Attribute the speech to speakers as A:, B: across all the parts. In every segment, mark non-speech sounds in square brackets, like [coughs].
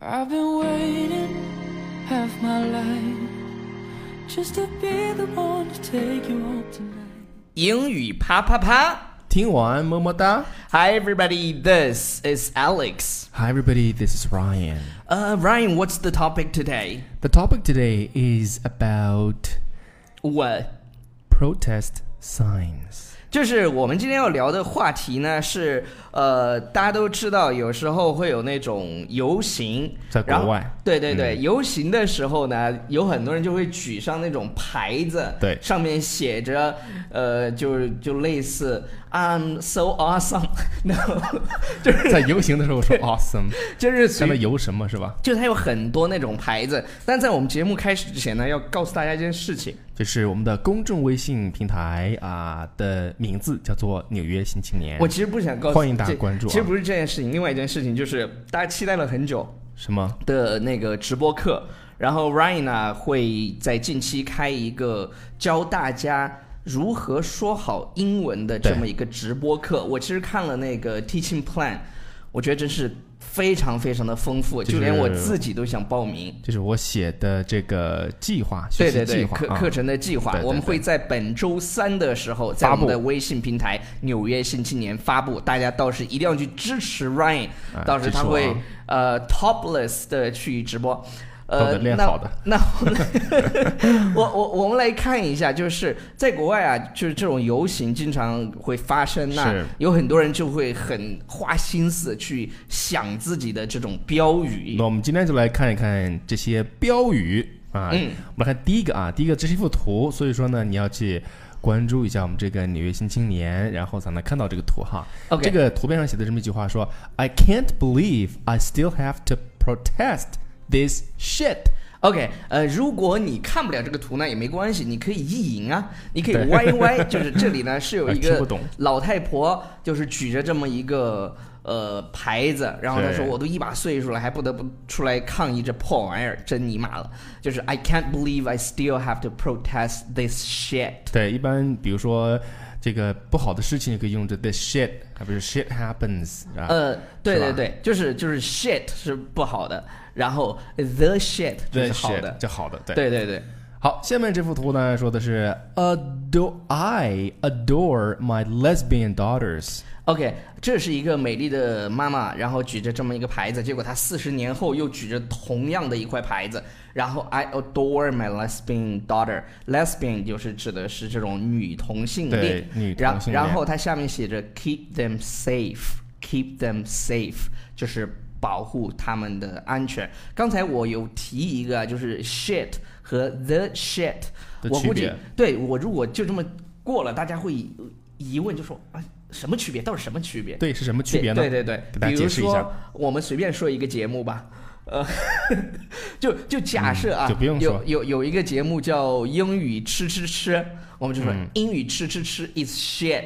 A: I've been waiting half my life just to be the one to take you home tonight.
B: 英语啪啪啪
C: 听完么么哒。
B: ！Hi everybody, this is Alex.
C: Hi everybody, this is Ryan.
B: Uh, Ryan, what's the topic today?
C: The topic today is about
B: What?
C: protest [coughs] signs.
B: 就是我们今天要聊的话题呢，是呃，大家都知道，有时候会有那种游行，
C: 在国
B: 然后
C: 外嗯
B: 对对对，游行的时候呢，有很多人就会举上那种牌子，
C: 对
B: 上面写着呃，就是就类似 I'm so [laughs] awesome，no，就是
C: 在游行的时候说 [laughs] awesome，
B: 就是
C: 上
B: 随
C: 面游什么是吧？
B: 就它有很多那种牌子，但在我们节目开始之前呢，要告诉大家一件事情，
C: 就是我们的公众微信平台啊、的名字叫做《纽约新青年》。
B: 我其实不想告诉
C: 欢迎大家
B: 这
C: 关注啊
B: 其实不是这件事情，另外一件事情就是大家期待了很久
C: 什么？
B: 的那个直播课，然后 Ryan 呢会在近期开一个教大家。如何说好英文的这么一个直播课？我其实看了那个 teaching plan，我觉得真是非常非常的丰富，
C: 就
B: 就连我
C: 是
B: 自己都想报名。
C: 就是我写的这个计划，学
B: 对
C: 习
B: 对
C: 计
B: 对，
C: 划
B: 课
C: 啊
B: 课程的计划
C: 对，对
B: 我们
C: 对
B: 会在本周三的时候，在
C: 发
B: 我
C: 布
B: 们的微信平台《纽约新青年》发布，大家到时一定要去支持 Ryan，
C: 啊
B: 到时
C: 支持
B: 他
C: 我啊
B: 会呃 topless 的去直播。
C: 都
B: 呃，
C: 得练
B: 那
C: 好的
B: 那我们来 [laughs] 我我我们来看一下，就是在国外啊，就是这种游行经常会发生那
C: 是
B: 有很多人就会很花心思去想自己的这种标语。
C: 那我们今天就来看一看这些标语啊。
B: 嗯
C: 我们来看第一个啊，第一个这是一幅图，所以说呢，你要去关注一下我们这个《纽约新青年》，然后才能看到这个图哈。
B: OK
C: 这个图片上写的这么一句话说：“I can't believe I still have to protest this shit。
B: OK，呃，如果你看不了这个图呢，也没关系，你可以意淫啊，你可以
C: 对
B: 歪歪，就是这里
C: [laughs]
B: 呢是有一
C: 呃听不
B: 个
C: 懂
B: 老太婆，就是举着这么一个呃牌子，然后她说
C: 对
B: 我都一把岁数了，还不得不出来抗议这破玩意儿，真尼玛了，就是 I can't believe I still have to protest this shit。”
C: 对，一般比如说这个不好的事情，可以用这 this shit，还不是 shit happens 啊。
B: 呃，对
C: 是吧
B: 对对，就是就是 shit 是不好的，然后 the shit 就
C: the
B: 是好
C: shit
B: 的，
C: 就好的，对。
B: 对对对。
C: 好，下面这幅图呢，说的是 adore I adore my lesbian daughters。
B: OK，这是一个美丽的妈妈，然后举着这么一个牌子，结果她四十年后又举着同样的一块牌子，然后 I adore my lesbian daughter，lesbian 就是指的是这种女同性恋
C: 对，女同
B: 然
C: 性恋
B: 然后它下面写着 keep them safe，keep them safe 就是保护他们的安全。刚才我有提一个啊，就是 shit 和 the shit，
C: 的
B: 我
C: 区
B: 估计
C: 别
B: 对我如果就这么过了，大家会疑问就说啊什么区别？到底什么区别？
C: 对，是什么区别呢？
B: 对对对
C: 给大
B: 对，
C: 家
B: 比如
C: 解释一下
B: 说。我们随便说一个节目吧，呃， [laughs] 就就假设啊，
C: 嗯就不用
B: 有
C: 说
B: 有有一个节目叫英语吃吃吃，我们就说
C: 嗯
B: 英语吃吃吃 is shit，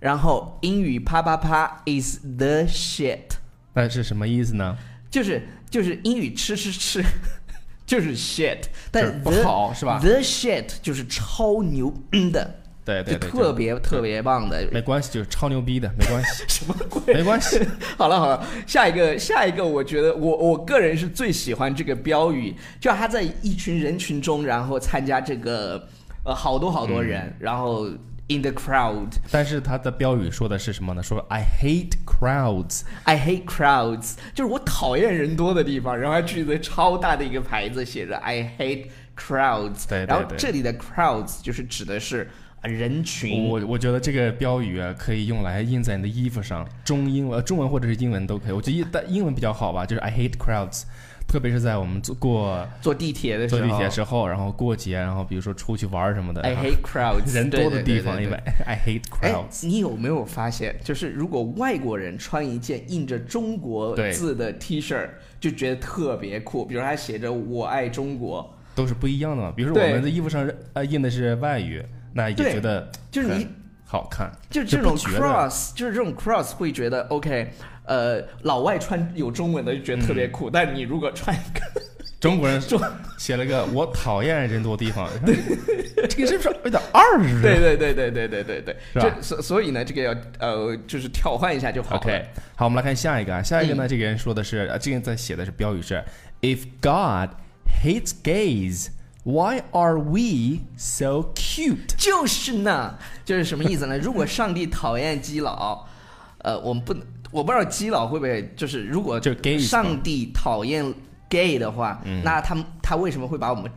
B: 然后英语啪啪啪 is the shit，
C: 那是什么意思呢？
B: 就是就是英语吃吃吃。 [laughs] 就是 shit，但
C: 就是
B: the-
C: 不好是吧
B: ？The shit 就是超牛逼的，
C: 对
B: 就
C: 对对，
B: 特别特别棒的
C: 就，没关系，就是超牛逼的，没关系，
B: 什么鬼？
C: 没关系。
B: 好了好了，下一个下一个，我觉得我我个人是最喜欢这个标语，就他在一群人群中，然后参加这个呃好多好多人，
C: 嗯
B: 然后 in the crowd，I
C: 但是它的标语说的是什么呢？说 I hate crowds，
B: hate crowds，就是我讨厌人多的地方，然后还举着超大的一个牌子写着 I hate crowds，
C: 对对
B: 然后
C: 对
B: 这里的 crowds 就是指的是呃人群。
C: 我我觉得这个标语啊，可以用来印在你的衣服上，中英文、中文或者是英文都可以。我觉得英但英文比较好吧，就是 I hate crowds，特别是在我们坐过
B: 坐地铁的时
C: 坐
B: 候，
C: 地铁时候，然后过节，然后比如说出去玩儿什么的
B: i
C: 然后
B: hate crowds，
C: [laughs] 人多
B: 对对
C: 的地
B: 对对
C: 方，
B: 对
C: 因为 I hate
B: 哎
C: crowds，，
B: 你有没有发现，就是如果外国人穿一件印着中国
C: 对
B: 字的 T 恤，就觉得特别酷。比如他写着“我爱中国
C: 都是不一样的嘛。比如说我
B: 哎对
C: 们的衣服上呃印的是外语，那也
B: 对
C: 觉得”，
B: 就是你
C: 很好看，
B: 就
C: 就
B: 这种
C: 不觉得
B: cross，就是这种 cross 会觉得
C: 嗯 [laughs]
B: OK，呃，老外穿有中文的就觉得特别酷，但你如果穿一个
C: 中国人
B: 中
C: 写了个 [laughs] “我讨厌人多地
B: [laughs]
C: 方”，这个是不是有点二是不是？
B: 对对对对对对对对，
C: 是吧
B: 这所所以呢，这个要呃，就是跳换一下就好了。
C: OK，好，我们来看下一个啊，下一个呢，这个人说的是，啊，这个人在写的是标语是，If God hates gays, why are we so cute？
B: 就是呢，就是什么意思呢？ [laughs] 如果上帝讨厌基佬，呃，我们不能，我不知道基佬会不会就是如果
C: 就是 gay 是吧嗯
B: 上帝讨厌 gay 的话，那他们他为什么会把我们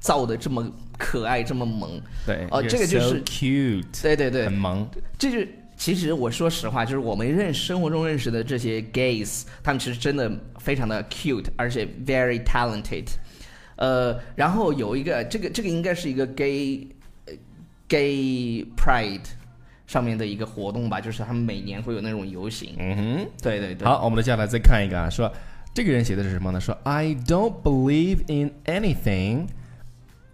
B: 造的这么可爱这么萌？
C: 对，
B: 哦
C: you're
B: 这个就是
C: so cute，
B: 对对对
C: 很，萌，
B: 这就其实我说实话，就是我们认生活中认识的这些 gays，他们其实真的非常的 cute，而且 very talented。呃，然后有一个这个这个应该是一个 gay 呃 gay pride 上面的一个活动吧，就是他们每年会有那种游行。
C: 嗯哼。
B: 对对对，
C: 好，我们接下来再看一个啊，说这个人写的是什么呢？说 I don't believe in anything,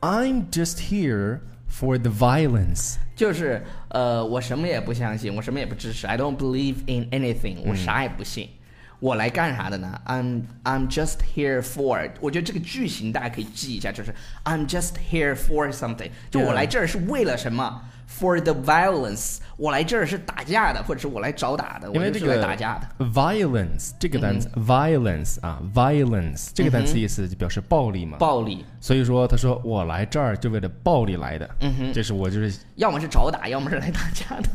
C: I'm just here for the violence。
B: 就是呃，我什么也不相信，我什么也不支持，I don't believe in anything，我
C: 嗯
B: 啥也不信。我来干啥的呢？I'm I'm just here for，it 我觉得这个句型大家可以记一下，就是 I'm just here for something，就我来这儿是为了什么？For the violence，我来这儿是打架的，或者是我来找打的，我
C: 因为
B: 就
C: 这
B: 是
C: 个
B: 来打架的。嗯
C: violence 这个单词、violence 啊，violence 这个单词意思就表示暴力嘛。
B: 暴力，
C: 所以说，他说我来这儿就为了暴力来的。嗯哼，这是我就是，
B: 要么是找打，要么是来打架的。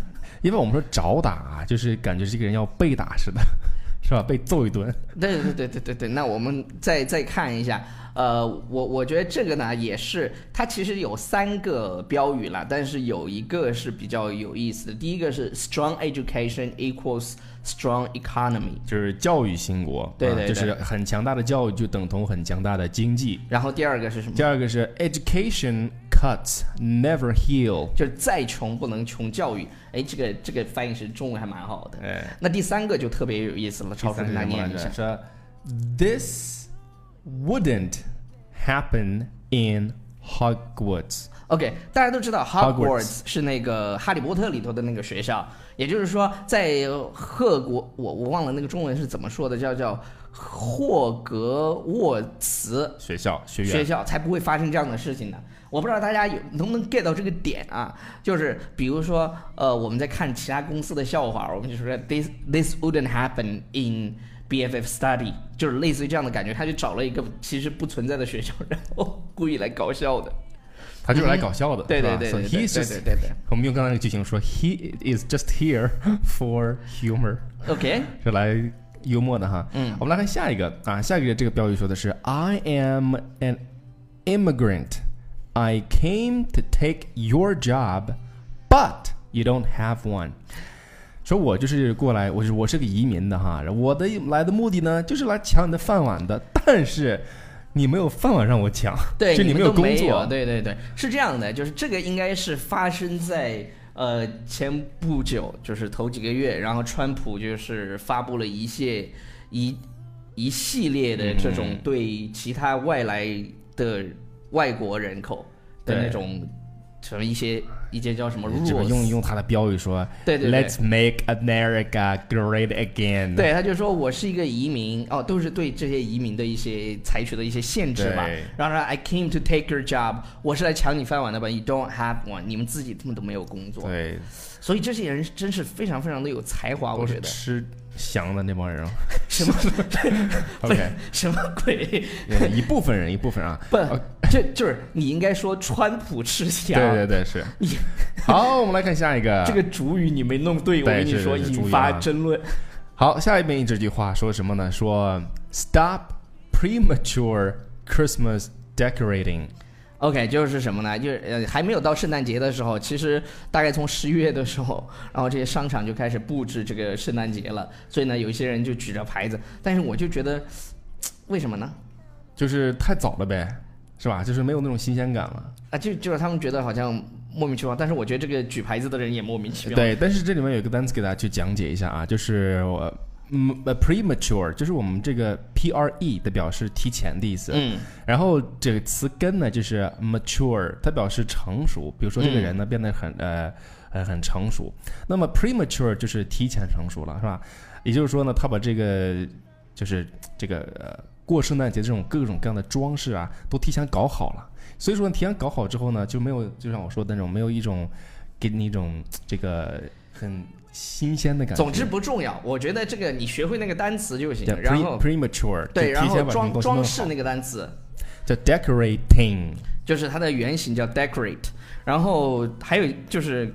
C: 因为我们说找打啊，就是感觉这个人要被打似的， [laughs] 是吧？被揍一顿。
B: 对对对对对对，那我们再再看一下，呃，我我觉得这个呢也是，它其实有三个标语啦，但是有一个是比较有意思的，第一个是 strong education equals strong economy，
C: 就是教育兴国，
B: 对
C: 啊
B: 对对
C: 就是很强大的教育就等同很强大的经济。
B: 然后第二个是什么
C: 第？二个是 education cuts never heal，
B: 就是再穷不能穷教育，哎，这个这个翻译成中文还蛮好的。
C: 哎，
B: 那第三个就特别有意思了，超
C: 第
B: 叔
C: 三
B: 给
C: 是
B: 大
C: 什
B: 家
C: 么来
B: 念一
C: 着
B: 下。
C: 说 this wouldn't happen in Hogwarts。
B: OK，大家都知道 Hogwarts
C: Hogwarts
B: 是那个《哈利波特》里头的那个学校，也就是说，在赫国，我我忘了那个中文是怎么说的，叫叫霍格沃茨
C: 学校学
B: 学
C: 院，
B: 校才不会发生这样的事情呢。我不知道大家有能不能 get 到这个点啊？就是比如说，呃，我们在看其他公司的笑话，我们就说 this this wouldn't happen in BFF study，就是类似于这样的感觉，他就找了一个其实不存在的学校，然后故意来搞笑的。
C: 他就是来搞笑的，
B: 对
C: 是
B: 对
C: 吧
B: 对
C: So
B: 对对
C: he's
B: 对
C: just-
B: 对对对。
C: 我们用刚才那个句型说，He is just here [laughs] for humor，
B: OK，
C: 是来幽默的哈。嗯，我们来看下一个啊，下一个这个标语说的是 I am an immigrant, I came to take your job, but you don't have one。说我就是过来，我是我是个移民的哈，我的来的目的呢，就是来抢你的饭碗的，但是你没有饭碗让我抢，
B: 对，
C: 就
B: 你
C: 没
B: 们
C: 有
B: 都
C: 工
B: 没
C: 作，
B: 对对对，是这样的，就是这个应该是发生在呃前不久，就是头几个月，然后川普就是发布了一系一一系列的这种对其他外来的外国人口的
C: 对
B: 那种什么一些一些叫什么
C: 这个用
B: rules，
C: 用他的标语说，
B: 对对对
C: Let's make America great again。
B: 对，他就说我是一个移民，哦，都是对这些移民的一些采取的一些限制吧
C: 对。
B: 然后呢，I came to take your job，我是来抢你饭碗的吧？You don't have one，你们自己根本都没有工作。
C: 对，
B: 所以这些人真是非常非常的有才华，我
C: 都
B: 觉
C: 是 [laughs]
B: 得
C: 吃翔的那帮 [laughs] 人。啊
B: 什么
C: OK，
B: [laughs] 什么鬼？
C: 对一部分人，一部分人啊。
B: 不
C: OK，，
B: 这就是你应该说川普吃香。
C: 对对对，是
B: 你。
C: 好，我们来看下一个。
B: 这个主语你没弄对，我
C: 对
B: 跟你
C: 是
B: 说
C: 是是主
B: 引
C: 语
B: 发
C: 啊
B: 争论。
C: 好，下一遍这句话说什么呢？说 Stop premature Christmas decorating。
B: OK，就是什么呢？就是呃，还没有到圣诞节的时候，其实大概从十一月的时候，然后这些商场就开始布置这个圣诞节了。所以呢，有一些人就举着牌子，但是我就觉得，嘖为什么呢？
C: 就是太早了呗，是吧？就是没有那种新鲜感了。
B: 啊，就就是他们觉得好像莫名其妙，但是我觉得这个举牌子的人也莫名其妙。，
C: 对，但是这里面有一个单词给大家去讲解一下啊，就是我嗯呃 premature，就是我们这个 p r e 的表示提前的意思。
B: 嗯，
C: 然后这个词根呢就是 mature，它表示成熟。比如说这个
B: 嗯
C: 人呢变得很呃呃很成熟，那么 premature 就是提前成熟了，是吧？也就是说呢，他把这个就是这个呃过圣诞节这种各种各样的装饰啊，都提前搞好了。所以说提前搞好之后呢，就没有就像我说的那种没有一种给你一种这个很新鲜的感觉。
B: 总之不重要，我觉得这个你学会那个单词就行
C: 叫，pre-
B: 然后
C: premature，
B: 对，
C: 就
B: 然
C: 提
B: 后
C: 前把这个
B: 装
C: 东西
B: 装
C: 弄
B: 饰
C: 好
B: 那个单词，
C: 叫 decorating，
B: 就是它的原型叫 decorate，然后还有就是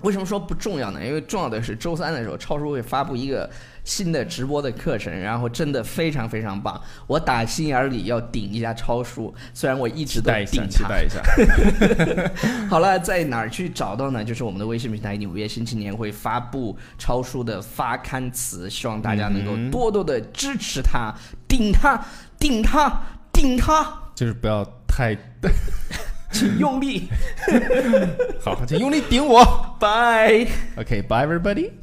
B: 为什么说不重要呢？因为重要的是周三的时候，超叔会发布一个新的直播的课程，然后真的非常非常棒，我打心眼儿里要顶一下超叔，虽然我一直
C: 期
B: 都
C: 待一下，
B: 顶
C: 期
B: 他。
C: 待一下。
B: 好了，在哪儿去找到呢？就是我们的微信平台《纽约新青年》会发布超叔的发刊词，希望大家能够
C: 嗯
B: 多多的支持他，顶他，顶他，顶他，
C: 就是不要太
B: 请
C: [laughs]
B: 用力，
C: 好，请用力顶我。
B: 拜。
C: Okay, bye everybody.